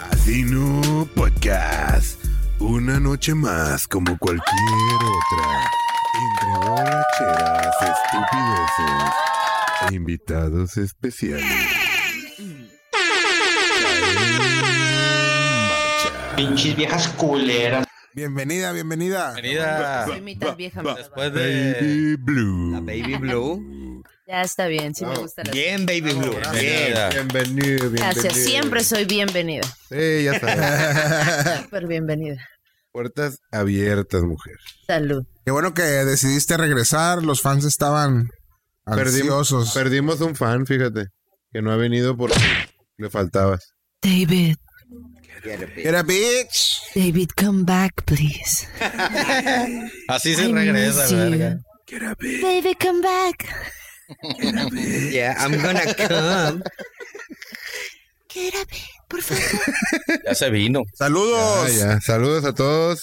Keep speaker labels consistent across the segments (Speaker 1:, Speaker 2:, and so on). Speaker 1: Casino Podcast. Una noche más como cualquier otra. Entre borracheras, estupideces e invitados especiales.
Speaker 2: Pinches viejas culeras.
Speaker 3: Bienvenida, bienvenida.
Speaker 2: Ah.
Speaker 4: Bienvenida.
Speaker 5: Soy mitad vieja, mitad
Speaker 4: Después Pues de
Speaker 1: Baby Blue.
Speaker 4: la Baby Blue.
Speaker 5: Ya está bien, sí me gusta la
Speaker 4: Bien, Baby Blue.
Speaker 3: Bienvenida.
Speaker 4: Bien.
Speaker 3: Bienvenido, bienvenido.
Speaker 5: Gracias, siempre soy bienvenida.
Speaker 3: Sí, ya sabes.
Speaker 5: Súper bienvenida.
Speaker 3: Puertas abiertas, mujer.
Speaker 5: Salud.
Speaker 6: Qué bueno que decidiste regresar. Los fans estaban
Speaker 3: Perdimos,
Speaker 6: ansiosos.
Speaker 3: perdimos un fan, fíjate, que no ha venido porque le faltabas.
Speaker 7: David,
Speaker 6: Era bitch.
Speaker 7: David, come back, please.
Speaker 4: Así se
Speaker 7: I
Speaker 4: regresa,
Speaker 7: miss you.
Speaker 4: verga.
Speaker 7: David, come back.
Speaker 4: Yeah, I'm gonna come.
Speaker 7: Quédate, por favor.
Speaker 4: Ya se vino.
Speaker 6: Saludos.
Speaker 3: Ah, ya. Saludos a todos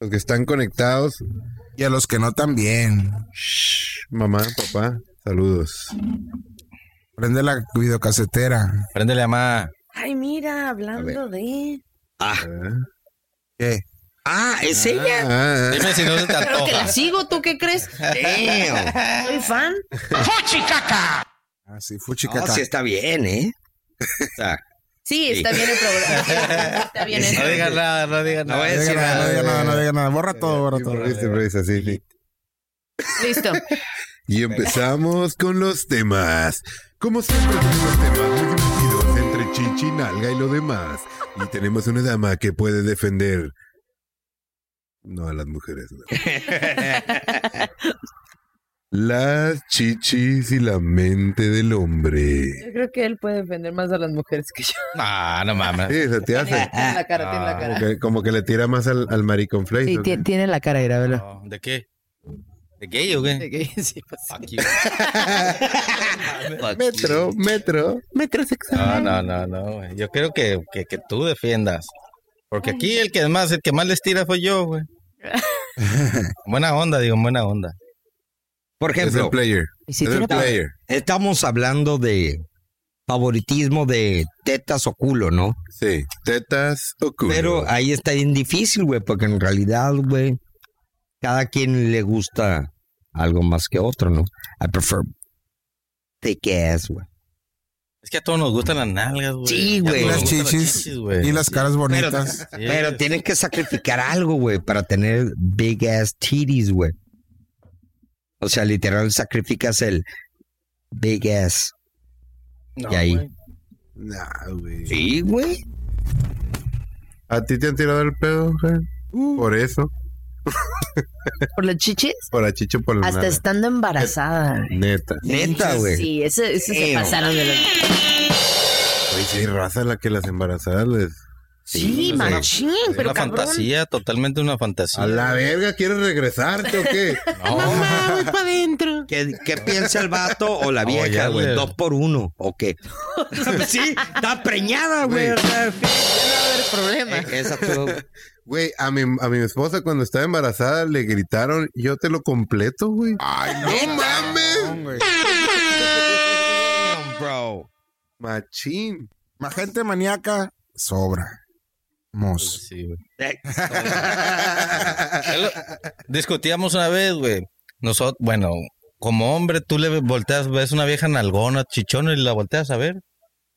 Speaker 3: los que están conectados.
Speaker 6: Y a los que no también.
Speaker 3: Shh, mamá, papá, saludos.
Speaker 6: Prende la videocasetera.
Speaker 4: Préndele a ma.
Speaker 5: Ay, mira, hablando de.
Speaker 6: ¿Qué?
Speaker 2: Ah, es ella.
Speaker 3: Ah, ah,
Speaker 4: Dime si no se te
Speaker 5: Pero que la
Speaker 4: antoja.
Speaker 5: sigo, ¿tú qué crees?
Speaker 2: eh.
Speaker 5: Soy fan.
Speaker 6: Ah, sí, fuchicaca.
Speaker 2: No, sí está bien, ¿eh? O sea,
Speaker 5: Sí, está bien el programa. Está bien
Speaker 4: No
Speaker 5: eso.
Speaker 4: digas nada, no digas
Speaker 2: No
Speaker 4: nada.
Speaker 2: voy a
Speaker 6: No diga
Speaker 2: decir
Speaker 6: nada, no diga nada, no diga nada. Borra todo, borra
Speaker 3: Eh, sí,
Speaker 6: todo.
Speaker 3: por ahí, sí, por ahí, así, sí.
Speaker 5: Listo.
Speaker 3: Y empezamos
Speaker 1: con los temas. Como siempre, tenemos temas muy divertidos entre chichi, nalga y lo demás. Y tenemos una dama que puede defender. No a las mujeres. no.
Speaker 3: las chichis y la mente del hombre.
Speaker 5: Yo creo que él puede defender más a las mujeres que yo.
Speaker 4: Ah, no mames.
Speaker 3: Sí, se te hace.
Speaker 5: Tiene la cara, tiene
Speaker 4: Ah,
Speaker 5: la
Speaker 3: Como
Speaker 5: cara.
Speaker 3: que, como que le tira más al, al maricón Flay.
Speaker 7: Sí,
Speaker 3: ¿no?
Speaker 7: ti- tiene la cara, mira, velo.
Speaker 4: No, ¿De qué? ¿De gay o qué?
Speaker 7: Sí, pues, sí.
Speaker 4: Aquí.
Speaker 3: Metro, metro. Ah,
Speaker 4: No, no, no, no. güey. Yo creo que, que, que tú defiendas. Porque aquí el que más, el que más les tira fue yo, güey. buena onda, digo, buena onda.
Speaker 2: por
Speaker 3: Es el
Speaker 2: ejemplo,
Speaker 3: player.
Speaker 7: Y si
Speaker 3: Es
Speaker 7: tiene
Speaker 3: el
Speaker 7: pa-
Speaker 3: player.
Speaker 2: estamos hablando de favoritismo de tetas o culo, ¿no?
Speaker 3: Sí. Tetas o culo.
Speaker 2: Pero ahí está bien difícil, güey, porque en realidad, güey, cada quien le gusta algo más que otro, ¿no? I prefer thick ass, güey.
Speaker 4: Es que a todos nos gustan las nalgas, güey.
Speaker 2: Sí,
Speaker 4: A todos
Speaker 2: güey.
Speaker 4: nos
Speaker 6: Las
Speaker 4: gustan
Speaker 6: chichis
Speaker 4: güey.
Speaker 6: Y las caras bonitas.
Speaker 4: Sí.
Speaker 2: Pero tienen que sacrificar algo, güey, para tener big ass titties, güey. O sea, literal sacrificas el big ass.
Speaker 4: No,
Speaker 2: y ahí.
Speaker 4: güey.
Speaker 3: Nah, güey.
Speaker 2: Sí, güey.
Speaker 3: ¿A ti te han tirado el pedo, güey?
Speaker 6: Uh.
Speaker 3: Por eso.
Speaker 5: Por las chichis,
Speaker 3: Por la chicho, por la
Speaker 5: hasta
Speaker 3: nada.
Speaker 5: estando embarazada.
Speaker 3: Neta.
Speaker 2: Pues Eh, Neta, güey.
Speaker 5: Sí, ese, ese se
Speaker 2: Damn.
Speaker 5: pasaron de los.
Speaker 3: Oye, sí, raza la que las embarazadas les...
Speaker 5: Sí,
Speaker 2: no sé.
Speaker 5: machín, pero
Speaker 4: una
Speaker 5: cabrón.
Speaker 4: fantasía, totalmente una fantasía.
Speaker 3: A la verga, ¿quieres regresarte o qué?
Speaker 2: ¿Qué, qué piensa el vato o la
Speaker 4: No, ya,
Speaker 2: vieja, Oh, güey?
Speaker 4: güey.
Speaker 2: Dos por uno, ¿o qué? sí, está preñada, güey. o sea,
Speaker 5: problema.
Speaker 2: eh, Esa tú.
Speaker 3: Güey, a mi, a mi esposa cuando estaba embarazada le gritaron, yo te lo completo, güey. ¡Ay, no mames!
Speaker 2: Bro.
Speaker 3: Machín.
Speaker 6: Más gente maníaca sobra. Mos.
Speaker 4: Sí, güey. Ya lo- Discutíamos una vez, güey. Nosotros, bueno, como hombre, tú le volteas, ves una vieja nalgona, chichona, y la volteas a ver.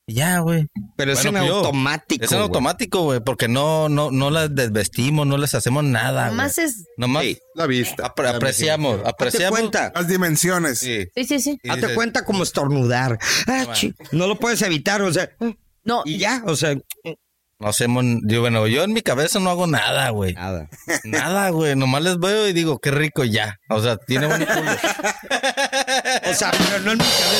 Speaker 4: Y Ya, güey.
Speaker 2: Pero es
Speaker 4: Bueno,
Speaker 2: en
Speaker 4: pues yo-
Speaker 2: automático.
Speaker 4: Es en
Speaker 2: güey.
Speaker 4: automático, güey, porque no, no, no las desvestimos, no les hacemos nada. güey.
Speaker 5: Más es.
Speaker 4: Nomás
Speaker 2: Sí.
Speaker 3: La vista.
Speaker 4: apre- apreciamos,
Speaker 2: Date
Speaker 4: apreciamos.
Speaker 2: cuenta.
Speaker 6: Las dimensiones.
Speaker 4: Sí.
Speaker 5: Sí, sí, sí.
Speaker 4: Y
Speaker 2: Date
Speaker 4: dices,
Speaker 2: cuenta como estornudar. Ah,
Speaker 4: Bueno.
Speaker 2: chi- no lo puedes evitar, o sea.
Speaker 5: No,
Speaker 2: Y ya, o sea.
Speaker 4: No hacemos, yo, bueno, yo en mi cabeza no hago nada, güey.
Speaker 2: Nada.
Speaker 4: Nada, güey. Nomás les veo y digo, qué rico ya. O sea, tiene buen culo.
Speaker 2: O sea, pero no en mi cabeza.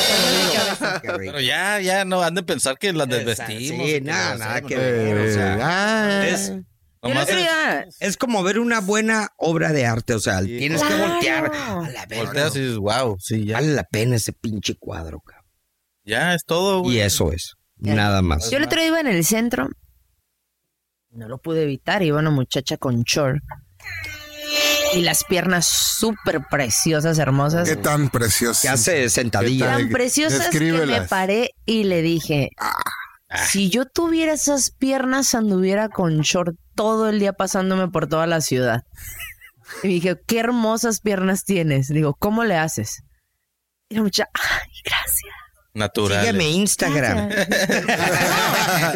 Speaker 2: No
Speaker 4: Pero ya, ya, no, han de pensar que las desvestimos.
Speaker 2: Sí,
Speaker 4: que
Speaker 2: nada,
Speaker 4: las
Speaker 2: nada
Speaker 4: hacemos,
Speaker 2: que
Speaker 4: ¿no?
Speaker 2: ver. O sea,
Speaker 3: Ah,
Speaker 2: es,
Speaker 5: yo no
Speaker 4: Nomás es-
Speaker 5: quería.
Speaker 2: es como ver una buena obra de arte. O sea, tienes que
Speaker 5: Claro.
Speaker 2: voltear. A la verga,
Speaker 4: volteas y dices, wow, sí, ya.
Speaker 2: Vale la pena ese pinche cuadro, cabrón.
Speaker 4: Ya, es todo, güey.
Speaker 2: Y eso es.
Speaker 5: Ya.
Speaker 2: Nada más.
Speaker 5: Yo el otro día iba en el centro. No lo pude evitar. Iba una muchacha con short. Y las piernas súper preciosas, hermosas.
Speaker 6: Qué tan precioso.
Speaker 2: Ah, Que hace sentadilla.
Speaker 3: ¿Qué
Speaker 5: Tan preciosas que me
Speaker 3: Descríbelas.
Speaker 5: paré y le dije, Si yo tuviera esas piernas, anduviera con short todo el día pasándome por toda la ciudad. Y me dije, qué hermosas piernas tienes. Digo, ¿cómo le haces? Y la muchacha, ay, gracias.
Speaker 4: Natural.
Speaker 2: Sígueme Instagram.
Speaker 5: Nos
Speaker 3: Este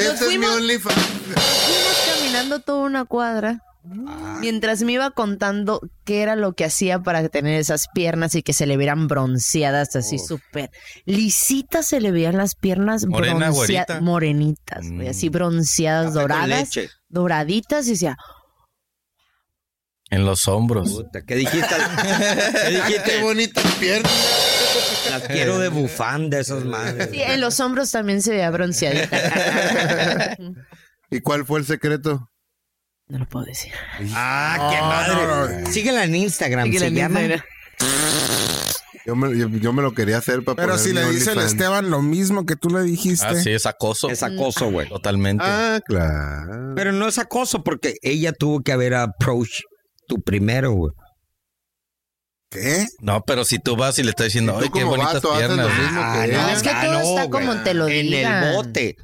Speaker 3: es mi
Speaker 5: fuimos-
Speaker 3: OnlyFans.
Speaker 5: Fuimos caminando toda una cuadra.
Speaker 4: Ah.
Speaker 5: Mientras me iba contando qué era lo que hacía para tener esas piernas y que se le vieran bronceadas así súper lisitas se le veían las piernas
Speaker 4: Morena,
Speaker 5: broncea-
Speaker 4: güerita.
Speaker 5: morenitas, güey,
Speaker 4: Mm.
Speaker 5: así bronceadas,
Speaker 2: Café con
Speaker 5: doradas,
Speaker 2: leche.
Speaker 5: doraditas y decía,
Speaker 4: En los hombros.
Speaker 2: Puta, ¿Qué dijiste? ¿Qué
Speaker 3: Qué
Speaker 2: dijiste?
Speaker 3: bonitas piernas.
Speaker 2: Las quiero de bufanda esas madres.
Speaker 5: sí, en los hombros también se veía bronceadita.
Speaker 3: ¿Y cuál fue el secreto?
Speaker 5: no lo puedo decir.
Speaker 2: Ah, qué madre. Síguela en Instagram,
Speaker 5: Que la
Speaker 2: se llama.
Speaker 5: linda era-
Speaker 3: Yo me, yo, yo me lo quería hacer para
Speaker 6: Pero
Speaker 3: poner
Speaker 6: si
Speaker 3: mi
Speaker 6: le dice el
Speaker 3: OnlyFans.
Speaker 6: Esteban lo mismo que tú le dijiste.
Speaker 4: Ah, sí, es acoso.
Speaker 2: Es acoso,
Speaker 5: Mm.
Speaker 2: güey.
Speaker 4: Totalmente.
Speaker 3: Ah, claro.
Speaker 2: Pero no es acoso porque ella tuvo que haber approach tu primero, güey.
Speaker 6: ¿Qué?
Speaker 4: No, pero si tú vas y le estás diciendo,
Speaker 3: Tú
Speaker 4: ay, qué
Speaker 3: como
Speaker 4: bonitas
Speaker 3: vato haces lo
Speaker 4: piernas.
Speaker 3: mismo que
Speaker 2: Ah,
Speaker 3: ella.
Speaker 5: Es que todo está
Speaker 2: güey.
Speaker 5: como te lo
Speaker 2: En el
Speaker 5: digan.
Speaker 2: bote.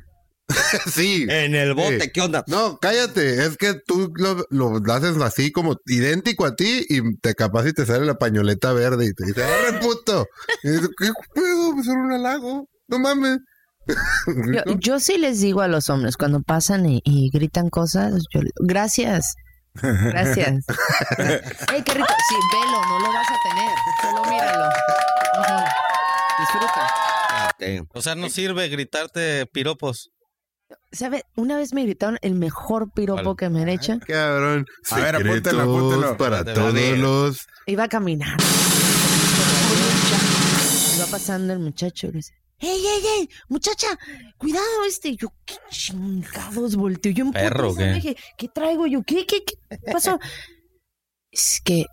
Speaker 3: Sí.
Speaker 2: En el bote, ¿qué onda?
Speaker 3: No, cállate. Es que tú lo, lo haces así como idéntico a ti y te capaz y te sale la pañoleta verde y te dice, ¡arre puto! Y dices, ¿qué pedo? Pues era un halago. No mames.
Speaker 5: Yo, yo sí les digo a los hombres cuando pasan y, y gritan cosas, yo le- gracias. Gracias. ¡Ey, qué rico! Sí, velo, no lo vas a tener. Solo míralo. Ujú. Disfruta.
Speaker 2: Damn.
Speaker 4: O sea, no sirve gritarte piropos.
Speaker 5: ¿Sabe? Una vez me gritaron el mejor piropo
Speaker 4: ¿Cuál?
Speaker 5: que me han hecho.
Speaker 3: Cabrón.
Speaker 6: A ver, apúntalo,
Speaker 3: Secretos
Speaker 6: apúntalo.
Speaker 3: Para
Speaker 4: Espérate,
Speaker 3: todos
Speaker 4: espérate.
Speaker 3: los.
Speaker 5: Iba caminando. por la lucha. Iba pasando el muchacho. y Le dice, ¡Ey, ey, ey! Muchacha, cuidado este. Y Yo, ¿qué chingados volteo? Yo en
Speaker 4: Perro,
Speaker 5: putiza
Speaker 4: ¿qué?
Speaker 5: dije, ¿qué traigo yo? ¿Qué, qué, qué pasó? es que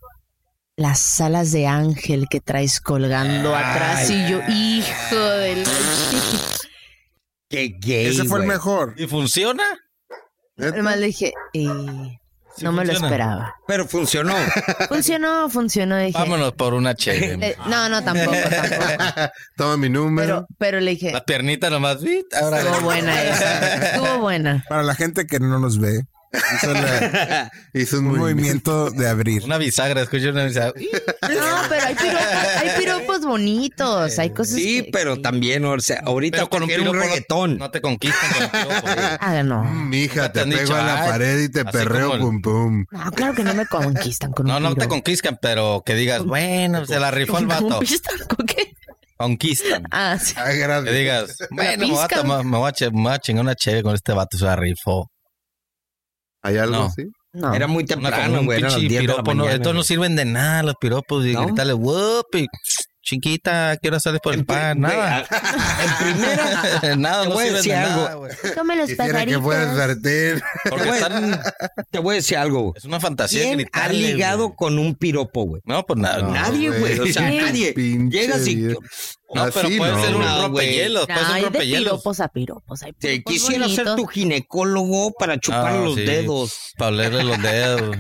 Speaker 5: las alas de ángel que traes colgando atrás y yo, hijo del...
Speaker 2: Qué gay.
Speaker 6: Ese fue el
Speaker 2: güey.
Speaker 6: mejor.
Speaker 4: ¿Y funciona?
Speaker 5: Además le dije, "Eh,
Speaker 4: Sí
Speaker 5: no me lo
Speaker 4: funciona.
Speaker 5: esperaba.
Speaker 2: Pero funcionó.
Speaker 5: Funcionó, funcionó, dije.
Speaker 4: Vámonos por una H&M. chévere.
Speaker 5: eh, no, no, tampoco, tampoco.
Speaker 3: Toma mi número.
Speaker 5: Pero, pero le dije,
Speaker 4: La piernita nomás. ¡bit! Ahora
Speaker 5: Estuvo buena esa. Estuvo buena.
Speaker 6: Para la gente que no nos ve, hizo la-
Speaker 3: Hizo un
Speaker 6: un
Speaker 3: movimiento.
Speaker 6: movimiento de abrir.
Speaker 4: una bisagra, escucha una bisagra.
Speaker 5: No, pero hay piropos, hay piropos bonitos. Hay cosas.
Speaker 2: Sí,
Speaker 5: que-
Speaker 2: pero también, o sea, ahorita
Speaker 4: Pero con un
Speaker 2: prefiero
Speaker 4: piropo no-
Speaker 2: reggaetón.
Speaker 4: No te conquistan con un piropo. güey.
Speaker 5: Ah, no.
Speaker 3: Mm, Mija,
Speaker 4: Nunca te
Speaker 3: te
Speaker 4: han
Speaker 3: pego
Speaker 4: dicho,
Speaker 3: a la
Speaker 4: "Ay".
Speaker 3: pared y te
Speaker 4: Así
Speaker 3: perreo,
Speaker 4: como
Speaker 3: pum, pum.
Speaker 5: No, claro que no me conquistan con un
Speaker 4: No, no te
Speaker 5: piropo.
Speaker 4: conquistan, pero que digas, bueno, se la rifó el
Speaker 5: ¿Con
Speaker 4: vato.
Speaker 5: conquistan? ¿Con qué?
Speaker 4: Conquistan.
Speaker 5: Ah, sí.
Speaker 3: Ay,
Speaker 4: Que
Speaker 3: gracias.
Speaker 4: digas, bueno, me voy, a
Speaker 5: pizcan.
Speaker 4: tomar- me voy a che- me voy a chingar una chévere con este vato, se la rifó.
Speaker 3: ¿Hay algo
Speaker 4: No.
Speaker 3: así?
Speaker 5: No.
Speaker 2: Era muy
Speaker 4: Una como
Speaker 2: temprano,
Speaker 4: un
Speaker 2: güey. Era
Speaker 4: pinche piropo. no, estos no
Speaker 2: no
Speaker 4: sirven de nada, los piropos. Y
Speaker 2: ¿No?
Speaker 4: gritarle, "Wup", y, chiquita, quiero sales por el pan. Nada.
Speaker 2: En primera,
Speaker 4: nada,
Speaker 2: te
Speaker 4: no
Speaker 2: voy a
Speaker 4: sirven de
Speaker 2: decir algo.
Speaker 4: nada, güey.
Speaker 5: Come los
Speaker 3: Quisiera que
Speaker 5: pajaritos.
Speaker 3: fuera sartén.
Speaker 4: Porque están-
Speaker 2: te voy a decir algo. güey.
Speaker 4: es una fantasía
Speaker 2: ¿Quién ha
Speaker 4: gritarle,
Speaker 2: ligado
Speaker 4: güey.
Speaker 2: con un piropo, güey?
Speaker 4: No, pues nada. no.
Speaker 2: Nadie, güey. O sea,
Speaker 5: Sí.
Speaker 2: nadie.
Speaker 3: Pinche
Speaker 2: Llegas y
Speaker 3: Dios.
Speaker 4: No, pero
Speaker 3: Así
Speaker 4: puede
Speaker 3: no,
Speaker 4: ser un
Speaker 2: güey.
Speaker 4: rompehielos,
Speaker 5: No,
Speaker 4: puede ser
Speaker 5: hay
Speaker 4: un
Speaker 5: de
Speaker 4: rompehielos.
Speaker 5: piropos a piropos. Hay
Speaker 2: te
Speaker 5: piropos
Speaker 2: quisiera ser tu
Speaker 5: bonitos.
Speaker 2: ginecólogo para chupar
Speaker 4: Ah,
Speaker 2: los
Speaker 4: sí.
Speaker 2: dedos.
Speaker 4: Para olerle los dedos.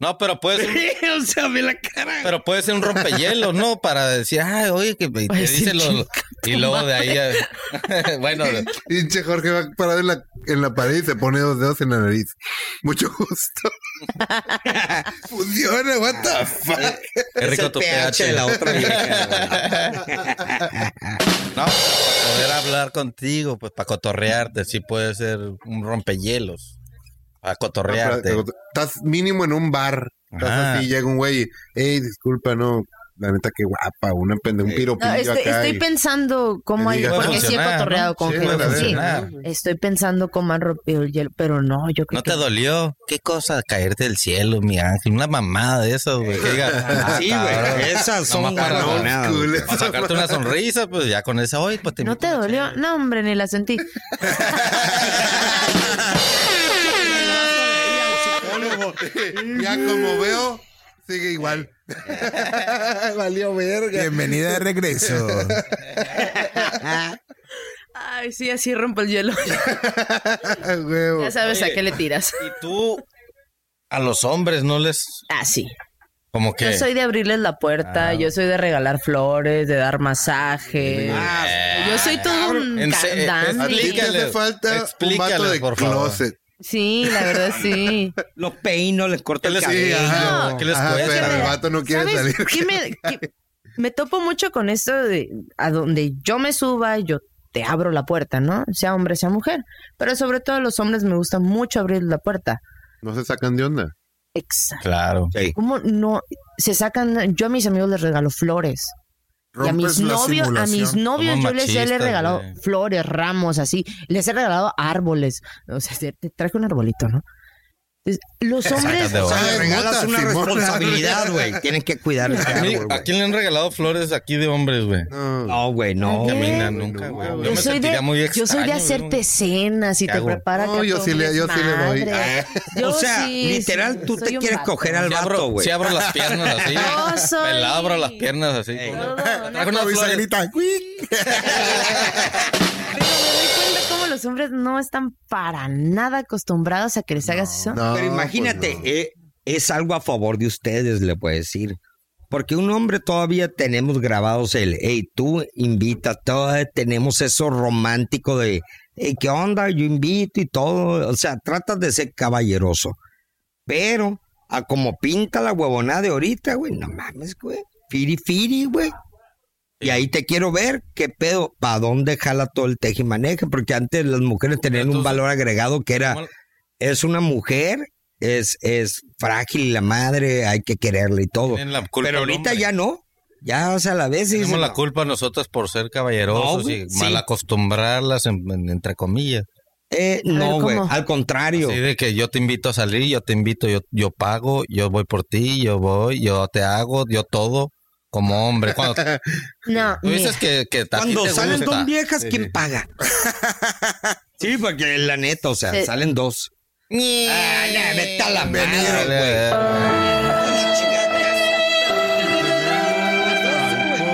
Speaker 4: No, pero puede ser,
Speaker 2: o sea, ve la cara.
Speaker 4: pero puede ser un rompehielos, ¿no? Para decir, ay, oye, que me- te
Speaker 5: Puede ser
Speaker 4: dice lo...
Speaker 5: chinga
Speaker 4: Y luego de ahí... eh, bueno,
Speaker 3: Pinche Jorge va parado en la, en la pared y se pone dos dedos en la nariz. Mucho gusto. Funciona, what the
Speaker 4: Eh,
Speaker 3: fuck.
Speaker 4: qué rico tu pH.
Speaker 2: de la otra vieja.
Speaker 4: No, para poder hablar contigo, pues para cotorrearte, sí puede ser un rompehielos. Para cotorrearte.
Speaker 3: Estás mínimo en un bar. Estás
Speaker 4: Ajá.
Speaker 3: así, llega un güey y, hey, disculpa, no. La neta, qué guapa. Una pende, un piropillo
Speaker 5: No, estoy,
Speaker 3: acá.
Speaker 5: este, estoy
Speaker 3: y-
Speaker 5: pensando cómo
Speaker 3: Que
Speaker 5: hay.
Speaker 3: diga,
Speaker 5: Porque
Speaker 4: puede
Speaker 5: sí he
Speaker 4: funcionar,
Speaker 5: cotorreado
Speaker 4: ¿no?
Speaker 5: con
Speaker 3: Sí,
Speaker 5: gente,
Speaker 3: puede
Speaker 5: sí.
Speaker 4: funcionar.
Speaker 5: Estoy pensando cómo han rompido el hielo, pero no, yo creo
Speaker 4: ¿No te
Speaker 5: que.
Speaker 4: dolió? ¿Qué cosa? Caerte del cielo, mi ángel. Una mamada de eso, güey. Que digas, ah,
Speaker 2: Sí,
Speaker 4: cabrón.
Speaker 2: güey. Esas son
Speaker 4: Nomás para
Speaker 3: Old
Speaker 4: no,
Speaker 2: barbonadas.
Speaker 3: school,
Speaker 2: güey.
Speaker 3: esa
Speaker 4: Para sacarte una sonrisa, pues ya con esa hoy, pues te
Speaker 5: ¿No
Speaker 4: invito
Speaker 5: te
Speaker 4: una
Speaker 5: dolió? No, hombre, ni la sentí.
Speaker 3: Ya como veo, sigue igual. Valió verga.
Speaker 6: Bienvenida de regreso.
Speaker 5: Ay, sí, así rompo el hielo.
Speaker 3: Huevo.
Speaker 5: Ya sabes a qué le tiras.
Speaker 4: Y tú a los hombres no les
Speaker 5: Ah, sí.
Speaker 4: Como que.
Speaker 5: Yo soy de abrirles la puerta,
Speaker 3: Ah.
Speaker 5: yo soy de regalar flores, de dar masaje.
Speaker 3: Ah.
Speaker 4: Ah,
Speaker 5: yo soy todo un
Speaker 4: En se-
Speaker 5: candante.
Speaker 3: eh, A ti te hace falta un
Speaker 4: Explícale,
Speaker 3: vato de
Speaker 4: por favor.
Speaker 3: closet.
Speaker 5: Sí, la verdad sí.
Speaker 2: Los peino, les corto el
Speaker 4: les-
Speaker 2: cabello.
Speaker 3: ajá.
Speaker 4: ¿Qué les
Speaker 3: Ajá,
Speaker 4: cuesta?
Speaker 3: pero el vato no quiere
Speaker 5: ¿Sabes
Speaker 3: salir.
Speaker 5: qué me, qué- me topo mucho con esto de a donde yo me suba, yo te abro la puerta, ¿no? Sea hombre, sea mujer. Pero sobre todo a los hombres me gusta mucho abrir la puerta.
Speaker 3: No se sacan de onda.
Speaker 5: Exacto.
Speaker 4: Claro.
Speaker 5: ¿Cómo no? Se sacan, yo a mis amigos les regalo flores. Y a mis
Speaker 6: Rompes la
Speaker 5: novios, a mis
Speaker 6: simulación.
Speaker 5: novios
Speaker 4: Somos
Speaker 5: yo les ya les he
Speaker 4: machistas,
Speaker 5: regalado
Speaker 4: güey.
Speaker 5: flores, ramos, así. Les he regalado árboles. O sea, te te traje un arbolito, ¿no? Entonces, los hombres,
Speaker 4: de
Speaker 2: O sea,
Speaker 3: Ah,
Speaker 2: les regalas
Speaker 3: puta,
Speaker 2: una
Speaker 3: Simón.
Speaker 2: responsabilidad, güey. Tienen que cuidar ese
Speaker 4: A mí-
Speaker 2: árbol, güey.
Speaker 4: ¿A quién le han regalado flores aquí de hombres, güey?
Speaker 3: No.
Speaker 2: No, güey, no.
Speaker 5: ¿Qué?
Speaker 4: A mí
Speaker 2: güey.
Speaker 4: na- nunca, güey. Yo,
Speaker 5: yo,
Speaker 4: me
Speaker 5: soy de,
Speaker 4: sentiría muy extraño.
Speaker 5: yo soy de
Speaker 4: güey.
Speaker 5: hacerte cenas y
Speaker 4: ¿Qué
Speaker 5: te
Speaker 4: hago?
Speaker 5: prepara.
Speaker 3: No,
Speaker 5: acá
Speaker 3: yo
Speaker 5: todo
Speaker 3: sí
Speaker 5: un
Speaker 3: le- yo sí le doy. Ah.
Speaker 5: desmadre. Yo
Speaker 2: O sea,
Speaker 5: sí,
Speaker 2: literal,
Speaker 5: sí,
Speaker 2: tú te
Speaker 5: soy un
Speaker 2: quieres
Speaker 5: vato.
Speaker 2: coger al
Speaker 4: Sí
Speaker 2: vato,
Speaker 4: abro,
Speaker 2: güey.
Speaker 4: sí abro las piernas así.
Speaker 5: Yo soy-
Speaker 4: Me la abro las piernas así.
Speaker 2: Ey.
Speaker 4: con-
Speaker 5: Todo, ¿no?
Speaker 4: Traje
Speaker 6: La
Speaker 4: unas flores.
Speaker 6: bisagrita, ¡cuic!
Speaker 5: Pero me doy cuenta cómo los hombres no están para nada acostumbrados a que les hagas eso.
Speaker 3: No,
Speaker 2: Pero imagínate,
Speaker 3: pues no.
Speaker 2: eh, es algo a favor de ustedes, le puedo decir. Porque un hombre todavía tenemos grabados el, hey, tú invitas, todavía tenemos eso romántico de, hey, ¿qué onda? Yo invito y todo. O sea, tratas de ser caballeroso. Pero, a como pinta la huevonada de ahorita, güey, no mames, güey. Firi, firi, güey. Y ahí te quiero ver qué pedo, para dónde jala todo el tejimaneje, porque antes las mujeres tenían un
Speaker 4: Entonces,
Speaker 2: valor agregado que era,
Speaker 4: ¿cómo-
Speaker 2: es una mujer, es, es frágil la madre, hay que quererla y todo.
Speaker 4: Tienen la culpa
Speaker 2: Pero
Speaker 4: el
Speaker 2: ahorita
Speaker 4: hombre.
Speaker 2: ya no. Ya, o sea, a la vez y
Speaker 4: Tenemos
Speaker 2: dicen,
Speaker 4: la
Speaker 2: no,
Speaker 4: culpa nosotros por ser caballerosos
Speaker 2: No, güey,
Speaker 4: y
Speaker 2: sí.
Speaker 4: mal acostumbrarlas, en- en- entre comillas.
Speaker 2: eh, no,
Speaker 5: ver,
Speaker 2: güey,
Speaker 5: ¿cómo?
Speaker 2: al contrario.
Speaker 4: Así de que yo te invito a salir, yo te invito, yo, yo pago, yo voy por ti, yo voy, yo te hago, yo todo, como hombre. Cuando tú
Speaker 5: No, mira.
Speaker 4: dices Pues que, que a ti
Speaker 2: Cuando
Speaker 4: te
Speaker 2: salen
Speaker 4: gusta.
Speaker 2: dos viejas, ¿quién paga? sí, porque la neta, o sea,
Speaker 5: Sí.
Speaker 2: salen dos. Ah, nah, vete a la
Speaker 4: Ah,
Speaker 2: madre, güey.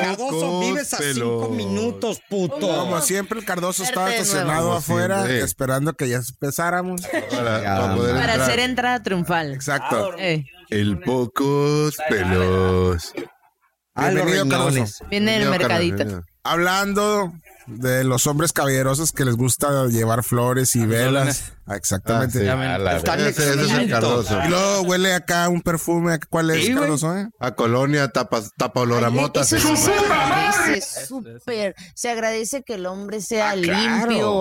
Speaker 2: Cardoso, vives a cinco minutos, puto.
Speaker 6: Como siempre, el Cardoso estaba
Speaker 5: Verte de
Speaker 6: estacionado
Speaker 3: nuevo.
Speaker 6: afuera,
Speaker 3: Siempre.
Speaker 6: esperando que ya empezáramos.
Speaker 3: Para,
Speaker 2: Ya,
Speaker 3: para poder
Speaker 5: Para
Speaker 3: entrar.
Speaker 5: hacer entrada triunfal.
Speaker 6: Exacto.
Speaker 5: Eh,
Speaker 3: El pocos pelos.
Speaker 2: A los
Speaker 6: Bienvenido,
Speaker 2: riñones.
Speaker 5: viene el
Speaker 3: Yo,
Speaker 5: mercadito.
Speaker 3: Carlos,
Speaker 4: Ah,
Speaker 6: Hablando de los hombres caballerosos que les gusta llevar flores y velas. Ah, Exactamente.
Speaker 3: Ah,
Speaker 4: A la
Speaker 2: Están
Speaker 3: Ese- ese es el
Speaker 2: exentos.
Speaker 3: Cardoso.
Speaker 6: Y luego huele acá un perfume. ¿Cuál es,
Speaker 2: Sí, güey.
Speaker 6: Cardoso? eh?
Speaker 3: A colonia, tapa, tapa olor a mota.
Speaker 5: Eso sí se agradece súper. Se agradece que el hombre sea
Speaker 2: Ah, claro.
Speaker 5: limpio,
Speaker 3: Güey,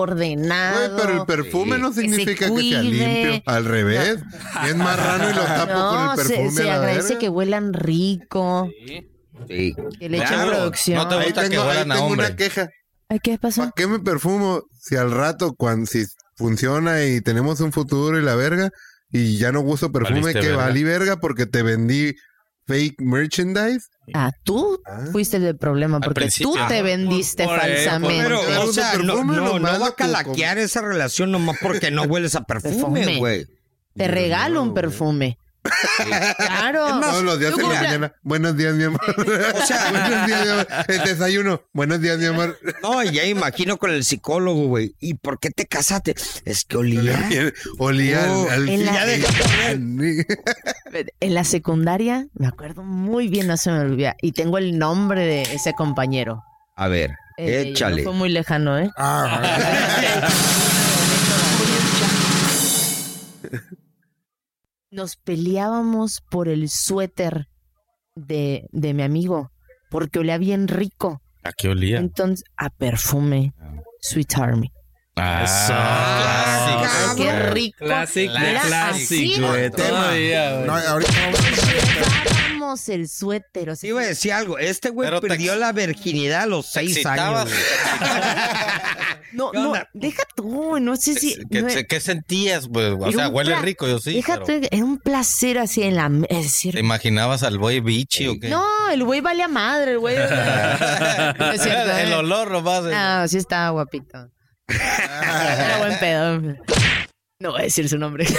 Speaker 3: ah,
Speaker 5: ordenado.
Speaker 3: pero el perfume no
Speaker 5: se
Speaker 3: significa que, sea
Speaker 5: cuide.
Speaker 3: limpio. Al revés. Es marrano y lo tapo
Speaker 5: No,
Speaker 3: con ah, el
Speaker 5: se,
Speaker 3: perfume.
Speaker 5: se
Speaker 3: a la
Speaker 5: agradece
Speaker 3: verga.
Speaker 5: que huelan rico,
Speaker 2: Sí.
Speaker 5: que le echen
Speaker 4: Claro,
Speaker 5: producción.
Speaker 4: no te
Speaker 3: Ahí
Speaker 4: gusta que
Speaker 3: tengo, ahí
Speaker 4: huelan a
Speaker 3: tengo
Speaker 4: hombre.
Speaker 3: una queja.
Speaker 5: Ay, ¿Qué pasó?
Speaker 3: ¿Para qué me perfumo si al rato, cuando, si funciona y tenemos un futuro y la verga, y ya no uso perfume,
Speaker 4: Valiste
Speaker 3: que
Speaker 4: verga.
Speaker 3: valí verga porque te vendí fake merchandise?
Speaker 5: Ah, tú fuiste el del problema porque tú
Speaker 4: principio.
Speaker 5: te vendiste
Speaker 4: Por- por-
Speaker 5: falsamente.
Speaker 2: Pero,
Speaker 3: Pero
Speaker 2: o
Speaker 3: tu
Speaker 2: sea, no,
Speaker 3: perfume
Speaker 2: no,
Speaker 3: lo
Speaker 2: no
Speaker 3: manda
Speaker 2: va
Speaker 3: tu
Speaker 2: a calaquear esa relación nomás porque no hueles a perfume,
Speaker 5: Perfume.
Speaker 2: güey.
Speaker 5: Te regalo un perfume. Claro.
Speaker 3: Todos los días
Speaker 5: Tú
Speaker 3: en la
Speaker 5: compra-
Speaker 3: mañana. Buenos días, mi amor.
Speaker 2: O sea,
Speaker 3: Buenos días, mi amor. El desayuno. Buenos días, mi amor.
Speaker 2: no, ya imagino con el psicólogo, güey. ¿Y por qué te casaste? Es que olía.
Speaker 3: Olía
Speaker 2: Oh,
Speaker 3: al- al
Speaker 5: en la- Ya
Speaker 3: fin.
Speaker 5: En la secundaria, me acuerdo muy bien, no se me olvida. Y tengo el nombre de ese compañero.
Speaker 2: A ver,
Speaker 5: Eh,
Speaker 2: échale.
Speaker 5: no fue muy lejano, ¿eh?
Speaker 6: Ah,
Speaker 5: Nos peleábamos por el suéter de, de mi amigo, porque olía bien rico.
Speaker 4: ¿A qué olía?
Speaker 5: Entonces, a perfume, Sweet Army.
Speaker 4: Ah,
Speaker 5: Ay,
Speaker 4: clásico.
Speaker 5: ¡Qué rico!
Speaker 8: Clásico,
Speaker 5: Era
Speaker 8: clásico,
Speaker 5: así.
Speaker 8: güey. Todavía, güey.
Speaker 6: no, ahorita no vamos a-
Speaker 5: Llevábamos el suéter, o sea,
Speaker 2: Sí, iba a decir algo. Este güey
Speaker 4: Pero te
Speaker 2: perdió
Speaker 4: ex-
Speaker 2: la virginidad a los
Speaker 4: Te
Speaker 2: seis
Speaker 4: excitabas.
Speaker 2: años. güey.
Speaker 5: No,
Speaker 2: ¿Qué
Speaker 5: no,
Speaker 2: onda?
Speaker 5: deja tú, no sé si...
Speaker 4: ¿Qué,
Speaker 5: no-
Speaker 4: qué sentías? Pues, o
Speaker 5: Era
Speaker 4: sea,
Speaker 5: un
Speaker 4: huele
Speaker 5: pla-
Speaker 4: rico, yo sí.
Speaker 5: deja
Speaker 4: pero
Speaker 5: tú, era un placer así en la... me- es decir,
Speaker 4: ¿Te imaginabas al boy bichi o qué?
Speaker 5: No, el güey vale a madre, el güey. No es cierto,
Speaker 4: el,
Speaker 5: ¿eh?
Speaker 4: olor nomás.
Speaker 5: No, sí estaba guapito. Era buen pedo. No voy a decir su nombre.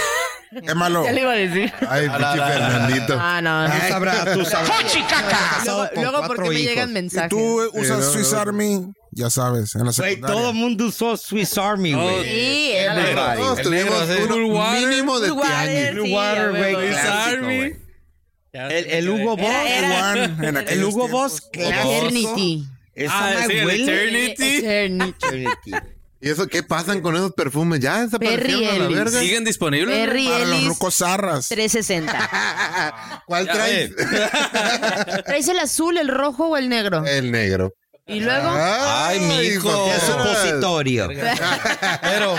Speaker 6: Es malo.
Speaker 5: Ya le iba a decir.
Speaker 3: Ay, pinche Fernandito.
Speaker 5: Ah, no. no.
Speaker 2: Tú sabrás, tú sabrás.
Speaker 5: Luego,
Speaker 2: Casado con
Speaker 5: luego
Speaker 2: cuatro
Speaker 5: porque me
Speaker 2: hijos.
Speaker 5: llegan
Speaker 6: Si
Speaker 5: mensajes.
Speaker 6: tú usas
Speaker 3: no, no,
Speaker 6: Swiss
Speaker 3: no.
Speaker 6: Army, ya sabes, en la
Speaker 2: Güey,
Speaker 6: secundaria.
Speaker 2: todo el mundo usó Swiss Army, güey.
Speaker 5: Sí, era la-
Speaker 2: Everybody.
Speaker 3: Todos
Speaker 4: El negro,
Speaker 3: tuvimos
Speaker 4: sí.
Speaker 3: un
Speaker 8: Blue water,
Speaker 3: mínimo de
Speaker 5: Blue water,
Speaker 3: tianguis.
Speaker 5: sí, a huevo.
Speaker 8: Swiss
Speaker 2: clásico,
Speaker 8: Army.
Speaker 2: güey. El, el Hugo Boss.
Speaker 7: Era- era-
Speaker 6: Juan, en
Speaker 2: el
Speaker 6: aquellos
Speaker 2: Hugo Boss clásico.
Speaker 5: Eternity.
Speaker 2: Esa
Speaker 8: Ah, sí, el
Speaker 2: madre huele-
Speaker 8: Eternity.
Speaker 5: Eternity.
Speaker 2: Eternity.
Speaker 3: ¿Y eso qué pasan con esos perfumes? Ya desaparecieron
Speaker 5: Perry
Speaker 3: a la
Speaker 5: Elvis.
Speaker 3: verga.
Speaker 8: ¿Siguen disponibles?
Speaker 5: Perry
Speaker 6: Para los
Speaker 5: Ellis
Speaker 6: rucos zarras.
Speaker 5: 360.
Speaker 3: ¿Cuál
Speaker 4: Ya
Speaker 3: traes?
Speaker 5: ¿Traes el azul, el rojo o el negro?
Speaker 3: El negro.
Speaker 5: Y luego,
Speaker 4: Ay, mijo.
Speaker 3: de
Speaker 2: Ya es
Speaker 4: Eso
Speaker 3: su posito.
Speaker 2: supositorio.
Speaker 4: Pero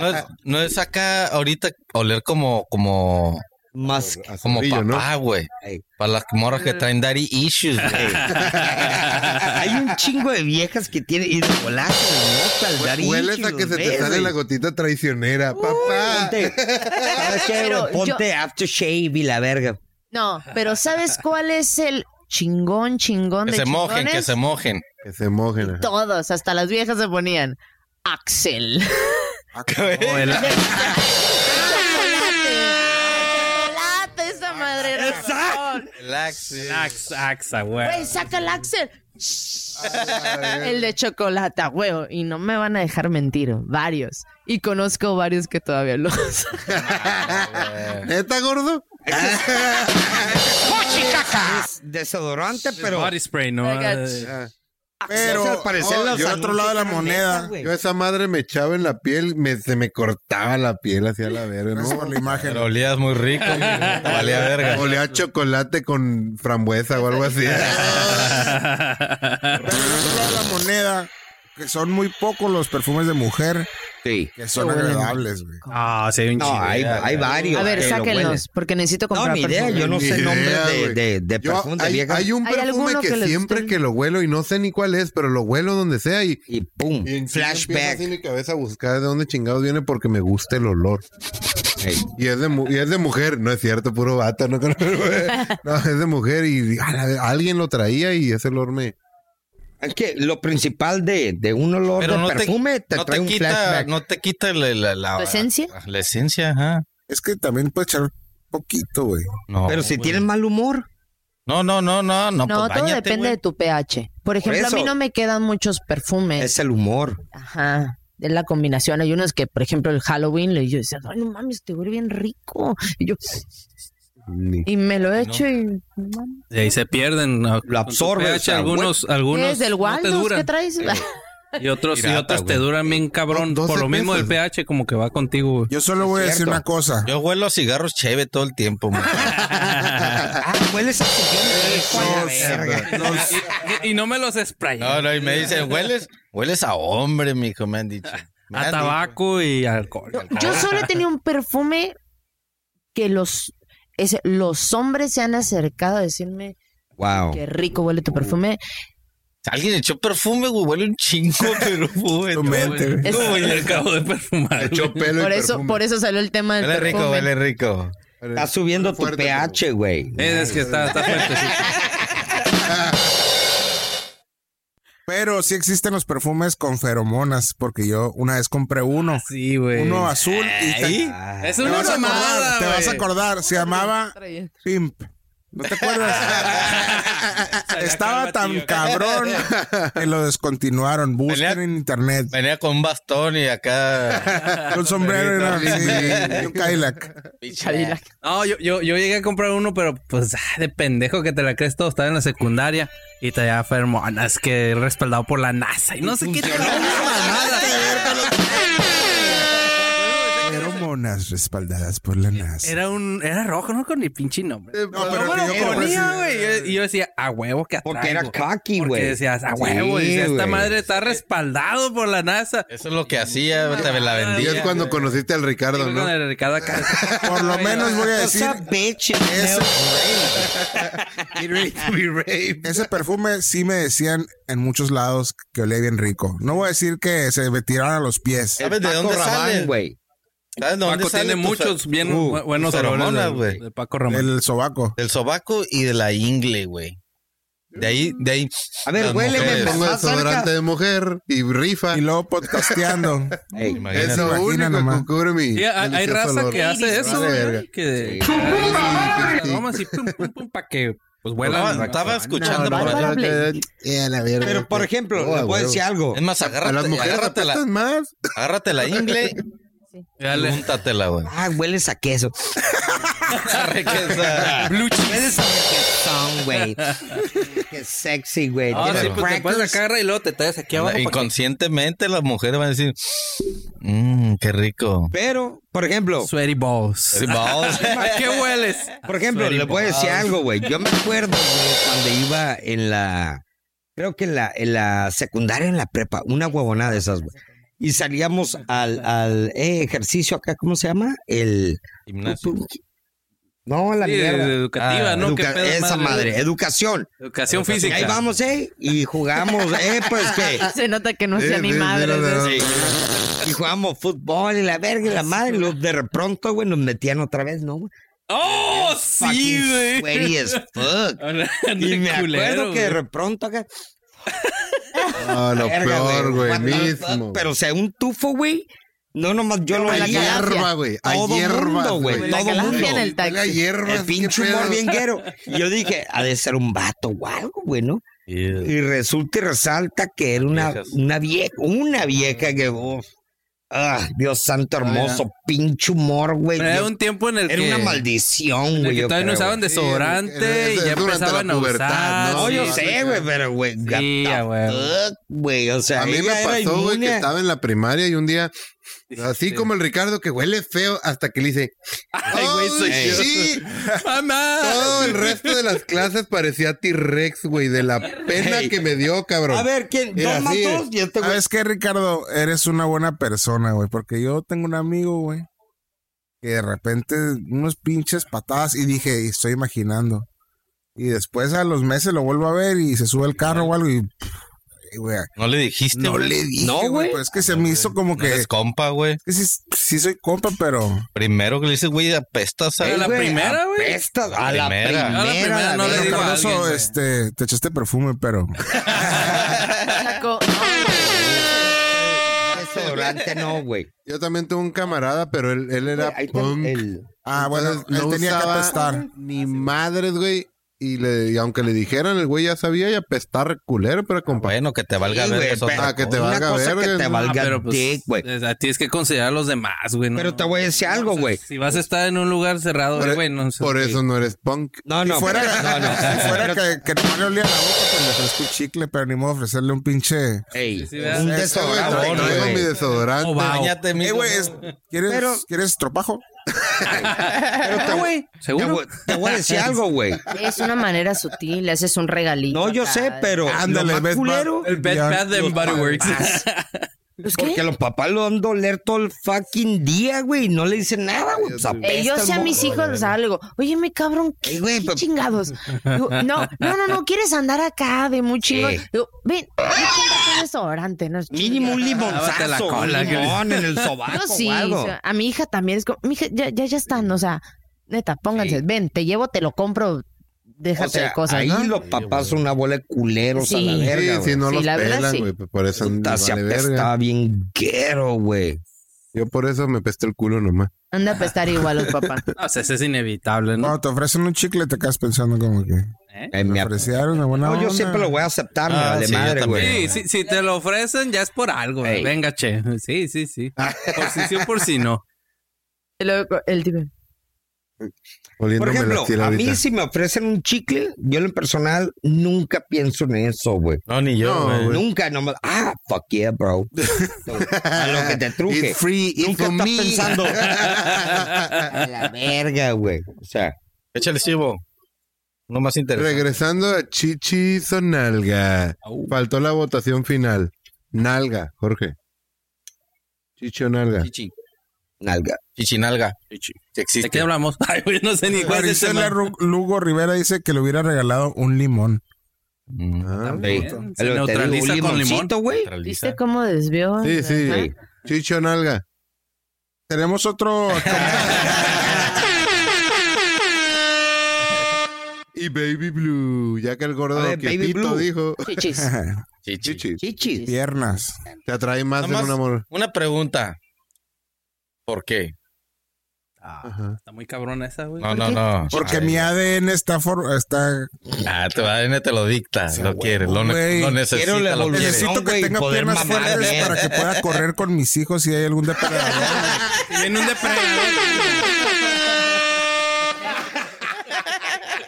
Speaker 4: no es, no es acá ahorita oler como como
Speaker 2: Más que-
Speaker 4: como
Speaker 3: Zorrillo, ¿no?
Speaker 4: papá, güey.
Speaker 2: Ey.
Speaker 4: Para las morras que traen daddy issues, güey.
Speaker 2: Hay un chingo de viejas que tienen y de golazo de mota, al dar
Speaker 3: Hueles a
Speaker 2: hinchos,
Speaker 3: que se te
Speaker 2: ves,
Speaker 3: sale
Speaker 2: güey.
Speaker 3: la gotita traicionera, papá.
Speaker 2: Ponte, ¿sabes qué,
Speaker 5: Pero
Speaker 2: güey? Ponte aftershave y la verga.
Speaker 5: no, pero ¿sabes cuál es el chingón, chingón
Speaker 4: Que
Speaker 5: de
Speaker 4: se mojen,
Speaker 5: chingones?
Speaker 4: que se mojen.
Speaker 3: Que se mojen. ajá.
Speaker 5: Todos, hasta las viejas se ponían. Axel. Chocolate, esa madre. era mejor.
Speaker 8: Ax- Axa, güey.
Speaker 5: Güey, saca el Axel. El de chocolate, huevo. Y no me van a dejar mentir, varios. Y conozco varios que todavía los.
Speaker 3: ¿Neta, gordo?
Speaker 2: Es desodorante, pero
Speaker 8: Body spray, ¿no?
Speaker 4: Ah,
Speaker 5: Ay,
Speaker 6: Pero,
Speaker 2: al parecer
Speaker 6: oh,
Speaker 2: los
Speaker 6: yo otro lado de la
Speaker 2: anuncios eran
Speaker 6: moneda.
Speaker 2: neta, güey.
Speaker 3: Yo esa madre me echaba en la piel, me, se me cortaba la piel hacia la verga,
Speaker 6: Gracias por
Speaker 3: ¿no?
Speaker 6: la imagen.
Speaker 4: Pero olías muy rico, güey. Te valía verga.
Speaker 3: Olía a chocolate con frambuesa o algo así.
Speaker 6: Pero otro lado de la moneda, que son muy pocos los perfumes de mujer
Speaker 2: Sí.
Speaker 6: que son agradables, güey.
Speaker 8: Ah, sí, hay un
Speaker 2: No,
Speaker 8: chingo.
Speaker 2: hay, hay varios.
Speaker 5: A ver,
Speaker 2: que lo huelen.
Speaker 5: sáquenlos, porque necesito comprar
Speaker 2: No, ni idea,
Speaker 5: perfume.
Speaker 2: yo no
Speaker 3: Ni
Speaker 2: sé el nombre
Speaker 3: idea,
Speaker 2: de,
Speaker 3: güey.
Speaker 2: de, de
Speaker 3: Yo-
Speaker 2: perfume de
Speaker 3: hay,
Speaker 2: vieja.
Speaker 3: hay un
Speaker 5: ¿Hay
Speaker 3: perfume
Speaker 5: alguno
Speaker 3: que,
Speaker 5: que les
Speaker 3: siempre
Speaker 5: guste?
Speaker 3: que lo huelo y no sé ni cuál es, pero lo huelo donde sea y,
Speaker 2: Y pum,
Speaker 3: y en sí empiezo
Speaker 2: flashback.
Speaker 3: así mi cabeza a buscar de dónde chingados viene porque me gusta el olor.
Speaker 2: Ey.
Speaker 3: Y es de, mu- y es de mujer, no es cierto, puro vato, no, no es de mujer y a la ver- alguien lo traía y ese olor me...
Speaker 2: Es que lo principal de, de un olor
Speaker 4: Pero
Speaker 2: de
Speaker 4: no te-
Speaker 2: perfume te,
Speaker 4: no
Speaker 2: trae
Speaker 4: te
Speaker 2: un
Speaker 4: quita,
Speaker 2: flashback.
Speaker 4: no te quita la, la, la-
Speaker 5: ¿Tu esencia?
Speaker 4: La esencia, ajá.
Speaker 6: Es que también puede echar poquito, güey.
Speaker 4: No,
Speaker 2: pero si
Speaker 4: güey.
Speaker 2: tienes mal humor,
Speaker 4: No, no, no, no, no.
Speaker 5: No,
Speaker 4: pues
Speaker 5: todo
Speaker 4: báñate,
Speaker 5: depende de
Speaker 4: güey.
Speaker 5: tu pH. Por ejemplo, a mí
Speaker 2: eso.
Speaker 5: no me quedan muchos perfumes.
Speaker 2: es el humor.
Speaker 5: Ajá. Es la combinación. Hay unos que, por ejemplo, el Halloween, le- yo decía, ay, no mames, te huele bien rico. Y yo, y me lo he hecho y. no mames.
Speaker 8: Y ahí se pierden. ¿no? Con tu
Speaker 2: absorbe,
Speaker 8: pH,
Speaker 2: o sea,
Speaker 8: algunos, algunos
Speaker 5: ¿Qué es del
Speaker 8: no te
Speaker 5: Waldos? ¿Qué
Speaker 8: duran.
Speaker 5: traes?
Speaker 8: Y otros, y
Speaker 4: Pirata,
Speaker 8: otros te
Speaker 4: güey.
Speaker 8: duran bien cabrón.
Speaker 3: Doce
Speaker 8: Por lo mismo del
Speaker 3: pesos.
Speaker 8: pH, como que va contigo, güey.
Speaker 6: Yo solo voy a decir una cosa.
Speaker 4: Yo huelo cigarros chévere todo el tiempo, güey.
Speaker 2: Ah, hueles a sillón rico a la verga.
Speaker 8: Y, y no me los spray.
Speaker 4: No, no, y me dicen, hueles, hueles a hombre, mijo, me han dicho. Me
Speaker 8: a
Speaker 4: han
Speaker 8: tabaco y alcohol.
Speaker 5: Yo solo he tenido un perfume que los, es- los hombres se han acercado a decirme
Speaker 2: Wow.
Speaker 5: qué rico huele tu perfume.
Speaker 4: dicho. Alguien echó perfume, güey, huele un chingo, pero güey.
Speaker 6: Tu
Speaker 4: no,
Speaker 6: mente,
Speaker 4: güey.
Speaker 6: güey.
Speaker 5: Es-
Speaker 8: Uy, le acabo de perfumar.
Speaker 3: Echó pelo y
Speaker 5: por, eso,
Speaker 3: perfume.
Speaker 5: por eso salió el tema del
Speaker 4: Huele
Speaker 5: perfume.
Speaker 4: rico, huele rico.
Speaker 2: Está subiendo tu
Speaker 3: Fuerte,
Speaker 2: pH, güey.
Speaker 8: Es que está, está fuertecito.
Speaker 6: Pero sí existen los perfumes con feromonas, porque yo una vez compré uno.
Speaker 8: Sí, güey. ¿Eh?
Speaker 6: Uno azul y está-
Speaker 8: Ahí. Es
Speaker 6: Te
Speaker 8: una
Speaker 6: vas a acordar,
Speaker 8: mamada,
Speaker 6: te vas a
Speaker 8: güey.
Speaker 6: acordar. Se llamaba
Speaker 5: Traía.
Speaker 6: Pimp. ¿No te acuerdas?
Speaker 8: Salió acá
Speaker 6: Estaba
Speaker 8: el
Speaker 6: tan
Speaker 8: batillo.
Speaker 6: cabrón que lo descontinuaron. Busquen
Speaker 4: Venía-
Speaker 6: en internet.
Speaker 4: Venía con un bastón y acá.
Speaker 6: Un sombrero era así, y un Cadillac.
Speaker 5: Cadillac.
Speaker 8: No, yo, yo, yo llegué a comprar uno, pero pues ah, de pendejo que te la crees todo. Estaba en la secundaria y te había fermonas que respaldado por la NASA. Y no sé qué.
Speaker 6: Feromonas respaldadas por la NASA.
Speaker 8: Era un. Era rojo, no con ni pinche nombre.
Speaker 6: No, pero
Speaker 8: No me
Speaker 6: que
Speaker 8: lo
Speaker 6: yo
Speaker 8: ponía,
Speaker 6: compré-
Speaker 8: güey. Y yo- Y yo decía, a huevo que atraigo.
Speaker 2: Porque era cocky,
Speaker 8: Porque
Speaker 2: güey.
Speaker 8: decías, a huevo.
Speaker 2: Sí,
Speaker 8: y decía, esta
Speaker 2: güey.
Speaker 8: madre está respaldado por la NASA.
Speaker 6: Eh,
Speaker 4: Eso es lo que hacía, güey, te la
Speaker 3: Y
Speaker 4: vendía.
Speaker 3: es cuando conociste al Ricardo,
Speaker 8: Con
Speaker 3: ¿no?
Speaker 8: el Ricardo acá.
Speaker 6: Por lo menos voy a decir,
Speaker 2: Esa bitch.
Speaker 6: Eso.
Speaker 2: Eso.
Speaker 6: ese perfume sí me decían en muchos lados que olía bien rico. No voy a decir que se me tiraron a los pies.
Speaker 4: ¿Sabes de dónde sale?
Speaker 2: güey.
Speaker 4: ¿Sabes de dónde
Speaker 8: Paco
Speaker 4: sale
Speaker 8: tiene
Speaker 4: tu
Speaker 8: muchos
Speaker 4: fe-
Speaker 8: bien
Speaker 4: Uh,
Speaker 8: bu- buenos
Speaker 4: tus
Speaker 8: olores
Speaker 4: feromonas,
Speaker 8: del-
Speaker 4: güey?
Speaker 8: de Paco Ramón.
Speaker 6: El sobaco.
Speaker 4: Del sobaco y de la ingle, güey. De ahí, de ahí.
Speaker 2: A ver,
Speaker 4: las
Speaker 2: huéleme,
Speaker 4: mujeres.
Speaker 2: por
Speaker 3: Pongo
Speaker 2: Más cerca.
Speaker 3: desodorante de mujer y rifa.
Speaker 6: Y luego podcasteando.
Speaker 2: Ey.
Speaker 4: Imagínate.
Speaker 3: Eso
Speaker 6: Imagina
Speaker 3: único
Speaker 6: nomás.
Speaker 3: que cubre mi.
Speaker 8: Sí, hay, hay
Speaker 3: delicioso
Speaker 8: raza
Speaker 3: olor.
Speaker 8: que hace eso,
Speaker 3: Verga.
Speaker 8: güey. Que
Speaker 2: Sí.
Speaker 8: aromas y pum, pum, pum, para que pues
Speaker 4: Estaba,
Speaker 8: huelan.
Speaker 4: estaba escuchando
Speaker 5: no,
Speaker 4: por allá.
Speaker 5: no,
Speaker 2: Pero, por ejemplo,
Speaker 3: Oh,
Speaker 2: le puedo
Speaker 3: güey.
Speaker 2: decir algo.
Speaker 4: Es más,
Speaker 3: A
Speaker 4: agárrate,
Speaker 3: las mujeres
Speaker 4: agárrate, la,
Speaker 3: apestan más.
Speaker 4: agárrate la ingle Dale. Pregúntatela, güey.
Speaker 2: Ah, hueles a queso.
Speaker 4: Requesa.
Speaker 2: Blue cheese. Hueles a quesón, güey. Qué sexy, güey.
Speaker 4: Ah,
Speaker 2: Tienes
Speaker 4: sí, pues, te
Speaker 2: crackers.
Speaker 8: Puedes sacar y luego te traes aquí abajo. para que-
Speaker 4: Inconscientemente las mujeres van a decir, mmm, qué rico.
Speaker 2: Pero, por ejemplo,
Speaker 8: Sweaty balls.
Speaker 4: Vamos.
Speaker 8: ¿A qué hueles?
Speaker 2: por ejemplo, le voy a decir algo, güey. Yo me acuerdo, güey, cuando iba en la, creo que en la, en la secundaria, en la prepa, una huevonada de esas, güey. Y salíamos al, al eh, ejercicio acá, ¿cómo se llama? El...
Speaker 4: Gimnasio.
Speaker 2: No, la
Speaker 8: Sí,
Speaker 2: mierda.
Speaker 8: educativa, Ah, ¿no? ¿Qué
Speaker 2: Ah, Educa-
Speaker 8: pedo,
Speaker 2: esa madre, educación.
Speaker 8: Educación
Speaker 2: Y
Speaker 8: física.
Speaker 2: ahí vamos, ¿eh? Y jugamos, ¿eh? Pues que.
Speaker 5: Se nota que no sea
Speaker 1: Eh,
Speaker 5: mi
Speaker 1: eh,
Speaker 5: madre.
Speaker 1: mira,
Speaker 5: es
Speaker 1: mira.
Speaker 2: Y jugábamos fútbol y la verga y la madre. Y luego de pronto, güey, nos metían otra vez, ¿no? güey?
Speaker 8: ¡Oh,
Speaker 2: Fucking
Speaker 8: sí, güey!
Speaker 2: Sweaty as fuck.
Speaker 8: Hablando
Speaker 2: Y
Speaker 8: de
Speaker 2: me
Speaker 8: culero,
Speaker 2: acuerdo que
Speaker 8: güey.
Speaker 2: de pronto acá.
Speaker 3: Ah, lo
Speaker 2: verga,
Speaker 3: peor, güey,
Speaker 2: what the
Speaker 3: mismo.
Speaker 2: fuck, Pero o sea, un tufo, güey. No nomás yo lo
Speaker 3: a
Speaker 5: la
Speaker 2: veía.
Speaker 5: galaxia.
Speaker 3: hierba, güey. A
Speaker 2: Todo
Speaker 3: hierba,
Speaker 2: mundo, güey.
Speaker 3: güey.
Speaker 5: La
Speaker 2: Todo mundo.
Speaker 5: galaxia en el
Speaker 3: Huele a
Speaker 5: taxi.
Speaker 3: hierbas,
Speaker 2: El
Speaker 3: qué
Speaker 2: pinche humor
Speaker 3: pedo.
Speaker 2: vienguero. Y yo dije, ha de ser un vato o algo, güey, ¿no? Y resulta y resalta que era una,
Speaker 4: Viejas.
Speaker 2: una vieja, una vieja que uf, ah, Dios santo hermoso, pinche humor, güey.
Speaker 8: Pero Era
Speaker 2: Dios-
Speaker 8: un tiempo en el
Speaker 2: Era
Speaker 8: que...
Speaker 2: una maldición,
Speaker 8: en el
Speaker 2: güey.
Speaker 8: que
Speaker 2: yo
Speaker 8: todavía no
Speaker 2: creo,
Speaker 8: usaban desodorante
Speaker 3: Sí,
Speaker 8: y
Speaker 3: es-
Speaker 8: ya
Speaker 3: es durante
Speaker 8: empezaban
Speaker 3: la
Speaker 8: a
Speaker 3: pubertad,
Speaker 8: usar.
Speaker 3: ¿no?
Speaker 2: güey. No,
Speaker 8: sí.
Speaker 2: yo sé, güey, pero, güey, what
Speaker 8: Sí,
Speaker 2: the
Speaker 8: a huevo.
Speaker 2: fuck, güey. O sea,
Speaker 3: A mí
Speaker 2: ella
Speaker 3: me
Speaker 2: era
Speaker 3: pasó, güey, que
Speaker 2: inmune.
Speaker 3: estaba en la primaria y un día, así
Speaker 6: Este.
Speaker 3: como el Ricardo, que huele feo, hasta que le hice. ¡Ay,
Speaker 8: güey, soy yo".
Speaker 3: sí!
Speaker 8: ¡Mamá!
Speaker 3: Todo el resto de las clases parecía T-Rex, güey, de la pena
Speaker 2: Ey.
Speaker 3: que me dio, cabrón.
Speaker 2: A ver, ¿quién?
Speaker 3: Era
Speaker 2: ¿Dos más
Speaker 3: así,
Speaker 2: dos? Y este güey.
Speaker 6: ¿Sabes qué, Ricardo? Eres una buena persona, güey. Porque yo tengo un amigo, güey. Que de repente unos pinches patadas. Y dije, estoy imaginando. Y después a los meses lo vuelvo a ver y se sube el carro o algo y... pff, güey,
Speaker 4: No le dijiste.
Speaker 6: no
Speaker 4: güey.
Speaker 6: le dije,
Speaker 2: No, güey.
Speaker 6: Pero Pues es que se me hizo como
Speaker 4: No
Speaker 6: que...
Speaker 4: eres compa, güey.
Speaker 6: que sí, sí soy compa, pero...
Speaker 4: Primero que le dices, güey, apestas a
Speaker 8: Era la
Speaker 2: güey,
Speaker 8: primera, güey.
Speaker 2: apesta, A la
Speaker 4: Primera.
Speaker 2: primera.
Speaker 4: A
Speaker 8: la primera,
Speaker 2: la
Speaker 8: no le
Speaker 2: verga.
Speaker 6: Pero
Speaker 8: digo a
Speaker 6: Cardoso,
Speaker 8: alguien, güey.
Speaker 6: este, te echaste perfume, pero...
Speaker 5: Chaco. No,
Speaker 2: Desodorante no, güey.
Speaker 3: Yo también tuve un camarada, pero él, él era
Speaker 2: Ahí está
Speaker 3: punk.
Speaker 2: el-
Speaker 6: Ah, bueno,
Speaker 3: Entonces,
Speaker 6: él tenía que
Speaker 3: usaba
Speaker 6: apestar.
Speaker 3: Ni madres, güey. Y, le- y aunque le dijeran, el güey ya sabía y apestar culero, pero compa.
Speaker 4: Bueno, que te valga
Speaker 2: Sí,
Speaker 4: ver
Speaker 2: güey,
Speaker 4: que es otra
Speaker 3: ah, que te
Speaker 4: cosa.
Speaker 2: Una
Speaker 3: valga
Speaker 2: cosa que
Speaker 3: verga,
Speaker 2: te
Speaker 3: ¿no?
Speaker 8: Ah,
Speaker 2: valga
Speaker 8: pero pues,
Speaker 2: dick, güey.
Speaker 8: eh, tienes que considerar a los demás, güey. ¿no?
Speaker 2: Pero te voy a decir algo, güey. e-
Speaker 8: Si vas a estar en un lugar cerrado,
Speaker 3: Por-
Speaker 8: güey, no sé.
Speaker 3: Por eso Pues, no eres punk.
Speaker 2: No,
Speaker 6: Si
Speaker 2: no.
Speaker 6: fuera,
Speaker 2: No, no.
Speaker 6: si fuera que, que nomás le olía la boca, pues le ofrezco un chicle, pero ni modo de ofrecerle un pinche...
Speaker 2: Ey,
Speaker 8: sí, ¿verdad?
Speaker 2: un
Speaker 8: Ese, güey,
Speaker 3: Traigo
Speaker 2: desodorante,
Speaker 4: no,
Speaker 3: mi
Speaker 2: güey.
Speaker 3: desodorante.
Speaker 8: Oh, wow.
Speaker 4: Báñate, mijo.
Speaker 6: Eh, güey, es- ¿quieres,
Speaker 2: Pero-
Speaker 6: ¿quieres tropajo?
Speaker 2: Pero te, voy- te
Speaker 8: ¿Seguro?
Speaker 2: voy- te voy a decir algo, güey.
Speaker 5: Es una manera sutil, le haces un regalito.
Speaker 2: No, yo
Speaker 5: acá.
Speaker 2: sé, pero
Speaker 6: Ándale,
Speaker 2: lo más
Speaker 6: Bed Bath.
Speaker 2: culero,
Speaker 8: El Bed Bath de Body Works.
Speaker 5: Pues, ¿qué?
Speaker 2: porque los papás lo han doler todo el fucking día, güey, y no le dicen nada, güey. Pues apesta
Speaker 5: Eh, yo
Speaker 2: el
Speaker 5: sé a
Speaker 2: mo-
Speaker 5: mis hijos les algo. Oye, mi cabrón, ¿qué,
Speaker 2: Ey, güey,
Speaker 5: qué
Speaker 2: pero-
Speaker 5: chingados? Digo, no, no, no, no, ¿quieres andar acá de muy chingón?
Speaker 2: Eh.
Speaker 5: Digo, ven, ven, cómprate un restaurante. No, es
Speaker 2: Mínimo
Speaker 5: "Ah,
Speaker 2: un
Speaker 8: Lávate la
Speaker 2: limonzazo,
Speaker 8: cola,
Speaker 2: un
Speaker 8: que-
Speaker 2: limón en el sobaco
Speaker 5: No, sí,
Speaker 2: o algo.
Speaker 5: o sea, a mi hija también es como, mi hija, ya, ya, ya están, o sea, neta, pónganse, ven, te llevo, te lo compro, déjate
Speaker 2: O sea,
Speaker 5: de cosas,
Speaker 2: ahí
Speaker 5: ¿no?
Speaker 2: los papás son una bola de culeros a la
Speaker 5: Sí.
Speaker 2: verga,
Speaker 3: sí,
Speaker 2: güey.
Speaker 3: sí, no
Speaker 5: Sí,
Speaker 3: los
Speaker 5: la verdad,
Speaker 3: pelan,
Speaker 5: sí.
Speaker 3: güey. pues Por eso
Speaker 2: Puta, se
Speaker 3: vale verga.
Speaker 2: apestaba bien guero, güey.
Speaker 3: Yo por eso me pesté el culo nomás.
Speaker 5: Anda a apestar igual los papás.
Speaker 8: No, o sea, eso es inevitable, ¿no?
Speaker 6: No, te ofrecen un chicle, te quedas pensando como que.
Speaker 2: Eh,
Speaker 6: Me
Speaker 2: me ap-
Speaker 6: apreciaron una buena
Speaker 2: No, yo
Speaker 6: onda.
Speaker 2: siempre lo voy a aceptar, me
Speaker 4: Ah,
Speaker 2: vale
Speaker 4: sí, yo
Speaker 2: madre,
Speaker 4: también.
Speaker 2: güey.
Speaker 8: Sí, sí, si te lo ofrecen ya es por algo. güey.
Speaker 2: Ey. Ah.
Speaker 8: Venga, che. Sí, sí, sí. Por si sí o por si no.
Speaker 5: Y luego el tipo,
Speaker 2: Por
Speaker 3: Oliéndome
Speaker 2: ejemplo,
Speaker 3: la piel
Speaker 2: a mí
Speaker 3: ahorita.
Speaker 2: si me ofrecen un chicle, yo en lo personal nunca pienso en eso, güey.
Speaker 4: No, ni yo,
Speaker 3: No,
Speaker 4: güey.
Speaker 3: güey.
Speaker 2: Nunca nomás, ah, fuck yeah, bro. A lo que te truje.
Speaker 3: It's free, it's
Speaker 2: Nunca
Speaker 3: for
Speaker 2: estás
Speaker 3: me.
Speaker 2: pensando. A la verga, güey. O sea,
Speaker 4: Échale chivo. No más interesante.
Speaker 3: Regresando a Chichi Sonalga. Faltó la votación final. Nalga, Jorge. Chicho Nalga.
Speaker 4: Chichi.
Speaker 2: nalga.
Speaker 4: Chichinalga. Que
Speaker 8: ¿De qué
Speaker 4: existe.
Speaker 8: hablamos? Ay, güey, no sé ni cuál es el
Speaker 6: Marisela Ru- Lugo Rivera dice que le hubiera regalado un limón.
Speaker 4: Mm.
Speaker 3: Ah,
Speaker 2: Ey,
Speaker 8: Se
Speaker 2: lo que te digo,
Speaker 8: neutraliza
Speaker 2: un
Speaker 8: con
Speaker 2: limoncito, güey.
Speaker 5: ¿viste cómo desvió?
Speaker 3: Sí, sí.
Speaker 5: Ajá.
Speaker 3: Chicho Nalga.
Speaker 6: Tenemos otro.
Speaker 3: Y Baby Blue. Ya que el gordo
Speaker 2: A ver, Baby
Speaker 3: quietito
Speaker 2: Blue.
Speaker 3: dijo.
Speaker 5: Chichis.
Speaker 4: Chichi.
Speaker 3: Chichi.
Speaker 2: Chichis.
Speaker 6: Piernas.
Speaker 3: Te atrae más
Speaker 4: Nada
Speaker 3: en un
Speaker 4: más.
Speaker 3: amor.
Speaker 4: Una pregunta. ¿Por qué?
Speaker 8: Está muy cabrón esa, güey.
Speaker 4: No, no, no.
Speaker 6: Porque mi ADN está, for- está
Speaker 4: Ah, tu ADN te lo dicta, lo quiere, lo, ne-
Speaker 6: güey.
Speaker 4: lo necesita.
Speaker 2: Quiero la
Speaker 4: lo quiere.
Speaker 2: evolución.
Speaker 6: Necesito que
Speaker 2: güey,
Speaker 6: tenga
Speaker 2: poder
Speaker 6: piernas
Speaker 2: mamar
Speaker 6: fuertes
Speaker 2: bien.
Speaker 6: para que pueda correr con mis hijos si hay algún depredador.
Speaker 8: Si viene un depredador,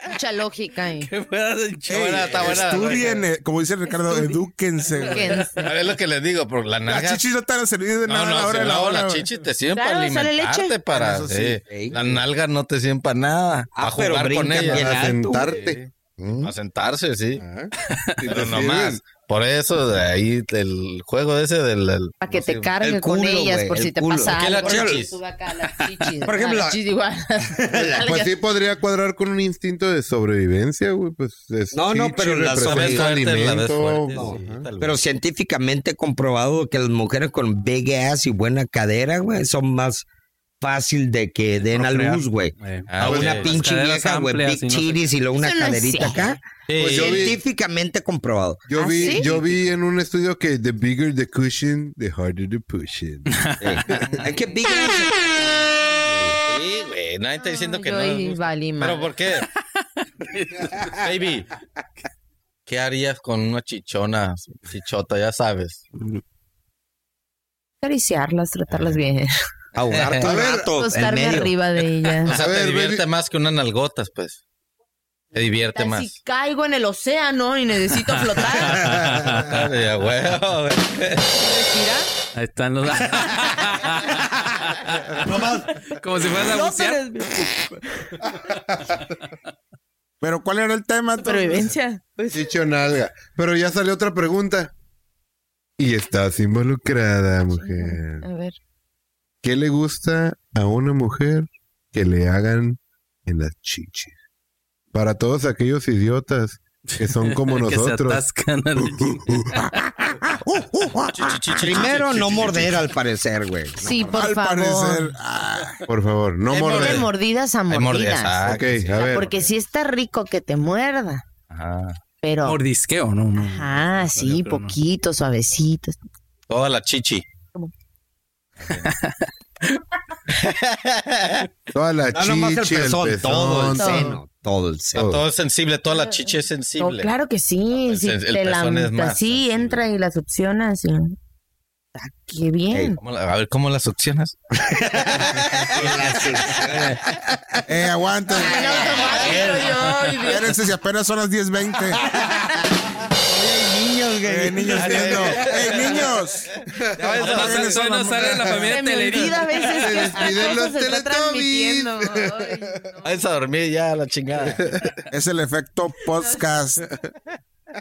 Speaker 5: Mucha lógica. eh.
Speaker 8: que fuera de
Speaker 6: Ey,
Speaker 4: buena, está buena la
Speaker 6: estudien, eh, como dice Ricardo, edúquense. güey.
Speaker 5: Fíjense.
Speaker 4: A ver, Es lo que les digo, porque la
Speaker 6: Las
Speaker 4: nalga.
Speaker 6: chichis no te han servido de
Speaker 4: No,
Speaker 6: nada a la
Speaker 4: no, si
Speaker 6: hora de la
Speaker 4: no,
Speaker 6: hora.
Speaker 4: las
Speaker 6: güey.
Speaker 4: chichis te sirven
Speaker 5: Claro,
Speaker 4: para
Speaker 5: sale leche.
Speaker 4: alimentarte, para.
Speaker 6: Eso
Speaker 4: sí.
Speaker 6: sí.
Speaker 2: Ey.
Speaker 4: Las nalgas no te sirven para nada.
Speaker 2: Ah,
Speaker 4: para
Speaker 2: pero
Speaker 4: jugar con
Speaker 2: brincan
Speaker 4: ellas.
Speaker 2: bien
Speaker 4: Para
Speaker 2: alto,
Speaker 4: sentarte. Para sentarse, sí.
Speaker 3: Ah,
Speaker 4: Pero nomás. Por eso, de ahí, el juego ese del. del-
Speaker 5: Para que
Speaker 4: no
Speaker 5: te
Speaker 4: sé,
Speaker 5: cargue
Speaker 2: el
Speaker 5: con
Speaker 2: culo,
Speaker 5: ellas
Speaker 2: güey,
Speaker 5: por
Speaker 2: el
Speaker 5: si te
Speaker 2: culo.
Speaker 5: pasa
Speaker 4: Aquí
Speaker 5: algo.
Speaker 4: las
Speaker 5: ¿no?
Speaker 4: chichis.
Speaker 5: Sube acá las chichis.
Speaker 2: Por ejemplo,
Speaker 5: Ah, las
Speaker 2: la-
Speaker 5: chichis igual. Las
Speaker 3: Pues
Speaker 5: nalgas.
Speaker 3: sí podría cuadrar con un instinto de sobrevivencia, güey. Pues es
Speaker 2: No, no,
Speaker 3: chichi,
Speaker 2: pero la
Speaker 4: La ves
Speaker 3: representa
Speaker 4: fuerte, la ves
Speaker 3: alimento.
Speaker 4: fuerte, sí,
Speaker 3: Ajá.
Speaker 4: tal vez.
Speaker 2: Pero científicamente comprobado que las mujeres con big ass y buena cadera, güey, son más fácil de que den a
Speaker 8: procrear.
Speaker 2: luz, güey.
Speaker 8: Eh,
Speaker 4: Ah,
Speaker 2: a
Speaker 4: güey.
Speaker 2: una
Speaker 8: Las
Speaker 2: pinche
Speaker 8: caderas
Speaker 2: vieja, güey,
Speaker 8: amplias
Speaker 2: big
Speaker 8: y no sé
Speaker 2: titties y luego una
Speaker 5: Eso no es
Speaker 2: caderita
Speaker 5: cierto.
Speaker 2: acá.
Speaker 4: Sí,
Speaker 3: Pues yo vi-
Speaker 2: Científicamente comprobado.
Speaker 5: ¿Ah,
Speaker 3: Yo vi,
Speaker 5: sí?
Speaker 3: yo vi en un estudio que the bigger the cushion, the harder the pushing.
Speaker 2: Es que big ass-
Speaker 4: Sí, güey, nadie está diciendo que
Speaker 5: Yo
Speaker 4: no. les
Speaker 5: ahí
Speaker 4: gusta.
Speaker 5: valí
Speaker 4: Pero
Speaker 5: madre.
Speaker 4: ¿por qué? Baby, ¿qué harías con una chichona, chichota, ya sabes?
Speaker 5: Acariciarlas, tratarlas bien.
Speaker 2: ahogarte un rato en
Speaker 5: Acostarme
Speaker 2: medio.
Speaker 5: arriba de
Speaker 4: O
Speaker 5: ellas.
Speaker 4: sea,
Speaker 3: A ver,
Speaker 4: te divierte
Speaker 3: baby.
Speaker 4: más que unas nalgotas, pues. Te divierte
Speaker 5: Si
Speaker 4: más.
Speaker 5: caigo en el océano y necesito flotar,
Speaker 4: Dale, a huevo, güey.
Speaker 5: mira,
Speaker 8: Ahí están los. Como si fueras a bucear.
Speaker 6: Pero ¿cuál era el tema?
Speaker 5: supervivencia.
Speaker 3: Chicho nalga. Pero ya salió otra pregunta. Y estás involucrada, mujer.
Speaker 5: A ver.
Speaker 3: ¿Qué le gusta a una mujer que le hagan en las chichis? Para todos aquellos idiotas que son como
Speaker 8: Que se
Speaker 3: nosotros.
Speaker 8: atascan al Uh,
Speaker 2: Primero, no morder, al parecer, güey.
Speaker 5: Sí, por
Speaker 6: Al
Speaker 5: favor.
Speaker 6: parecer. ah,
Speaker 3: Por favor, no
Speaker 4: Hay
Speaker 5: De
Speaker 3: morder.
Speaker 4: morder.
Speaker 5: mordidas a
Speaker 4: Hay mordidas,
Speaker 5: mordidas.
Speaker 4: ah,
Speaker 5: O
Speaker 3: Ok, a
Speaker 5: sea,
Speaker 3: ver.
Speaker 5: Porque sí está rico que te muerda,
Speaker 4: Ajá.
Speaker 5: pero...
Speaker 8: Mordisqueo, no, no.
Speaker 5: Ajá, sí,
Speaker 8: pero no.
Speaker 5: poquito, suavecito.
Speaker 4: Toda la chichi.
Speaker 3: Toda la
Speaker 2: No nomás el
Speaker 3: chichi, el
Speaker 2: pezón, todo
Speaker 3: pezón,
Speaker 2: el
Speaker 5: todo.
Speaker 2: seno, todo el
Speaker 4: Está
Speaker 2: seno.
Speaker 4: todo sensible, toda la chichi es
Speaker 5: No,
Speaker 4: sensible.
Speaker 5: claro que sí,
Speaker 4: El
Speaker 5: sí,
Speaker 4: sen- el
Speaker 5: te la
Speaker 4: pezón es más
Speaker 5: sí,
Speaker 4: sensible.
Speaker 5: entra y la succionas. y- Ah, qué bien.
Speaker 4: ¿Cómo la- a ver, ¿cómo la succionas?
Speaker 6: eh, aguanta.
Speaker 5: Ay, no,
Speaker 6: Espérense si apenas son las 10.20.
Speaker 2: Niños,
Speaker 6: Eh, niños viendo.
Speaker 3: Eh,
Speaker 6: ¡Ey, niños!
Speaker 8: No sale-
Speaker 6: Eso
Speaker 8: no
Speaker 6: no
Speaker 8: sale la
Speaker 5: Se
Speaker 8: familia
Speaker 5: me olvida a
Speaker 8: Telería.
Speaker 5: veces que hasta
Speaker 3: despiden
Speaker 5: cosas
Speaker 3: los
Speaker 5: se está
Speaker 3: Teletubbies.
Speaker 5: transmitiendo. Ay, no.
Speaker 4: Vas a dormir ya, a la chingada.
Speaker 6: Es el efecto podcast.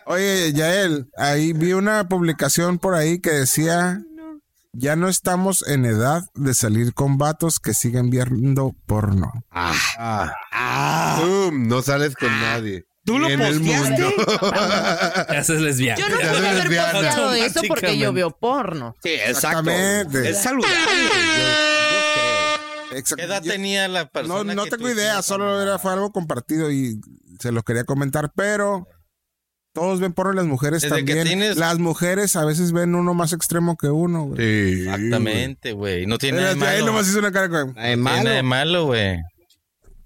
Speaker 6: Oye, Yael, ahí vi una publicación por ahí que decía, ya no estamos en edad de salir con vatos que siguen viendo porno.
Speaker 5: Ah.
Speaker 3: Zoom, no sales con nadie.
Speaker 2: ¿Tú lo
Speaker 3: En el
Speaker 2: posteaste?
Speaker 8: Haces lesbiana.
Speaker 5: Yo no
Speaker 3: Ya
Speaker 5: puedo
Speaker 3: se
Speaker 5: haber
Speaker 3: desviaron.
Speaker 5: posteado eso porque yo veo porno.
Speaker 2: Sí, exacto.
Speaker 6: Exactamente.
Speaker 2: Es saludable.
Speaker 6: Exacto.
Speaker 4: ¿Qué edad
Speaker 6: Yo-
Speaker 4: tenía la
Speaker 6: No,
Speaker 4: persona?
Speaker 6: no
Speaker 4: que
Speaker 6: tengo
Speaker 4: tú
Speaker 6: idea,
Speaker 4: hiciste?
Speaker 6: solo era, fue algo compartido y se los quería comentar, pero todos ven porno y las mujeres
Speaker 4: Desde que
Speaker 6: también.
Speaker 4: tienes-
Speaker 6: Las mujeres a veces ven uno más extremo que uno. güey.
Speaker 3: Sí.
Speaker 4: Exactamente, güey. No tiene
Speaker 6: Pero
Speaker 4: nada
Speaker 6: hasta
Speaker 4: de
Speaker 6: ahí
Speaker 4: malo.
Speaker 6: nomás hizo una cara como,
Speaker 2: Ay,
Speaker 4: Tiene nada
Speaker 2: malo.
Speaker 4: de malo, güey.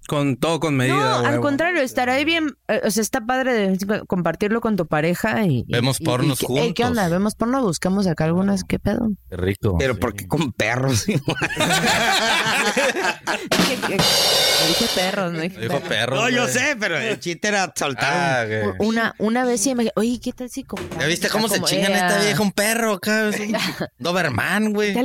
Speaker 8: Con todo, con medida.
Speaker 5: No, al
Speaker 8: huevo.
Speaker 5: contrario, estará ahí bien. eh, o sea, está padre de compartirlo con tu pareja y. y-
Speaker 4: Vemos
Speaker 5: y-
Speaker 4: pornos
Speaker 5: y que- "Ey, ¿Qué
Speaker 4: juntos".
Speaker 5: onda? ¿Vemos porno? Buscamos acá algunas. ¿Qué pedo?
Speaker 4: Qué rico.
Speaker 2: Pero
Speaker 4: Sí.
Speaker 2: ¿por qué con perros?
Speaker 5: Dije, que- dije perros, ¿no? Dije
Speaker 4: Dijo
Speaker 5: perros.
Speaker 4: perro.
Speaker 2: no, yo
Speaker 4: güey.
Speaker 2: sé, pero el chiste era
Speaker 4: Ah,
Speaker 2: saltar.
Speaker 4: güey.
Speaker 5: Una, una vez sí me dije, oye, ¿qué tal si compramos?
Speaker 4: ¿Ya viste
Speaker 5: acá
Speaker 4: cómo se
Speaker 5: como,
Speaker 4: chingan
Speaker 5: eh,
Speaker 4: a esta
Speaker 5: ah,
Speaker 4: vieja? Un perro acá. es un Doberman, güey.
Speaker 5: Ya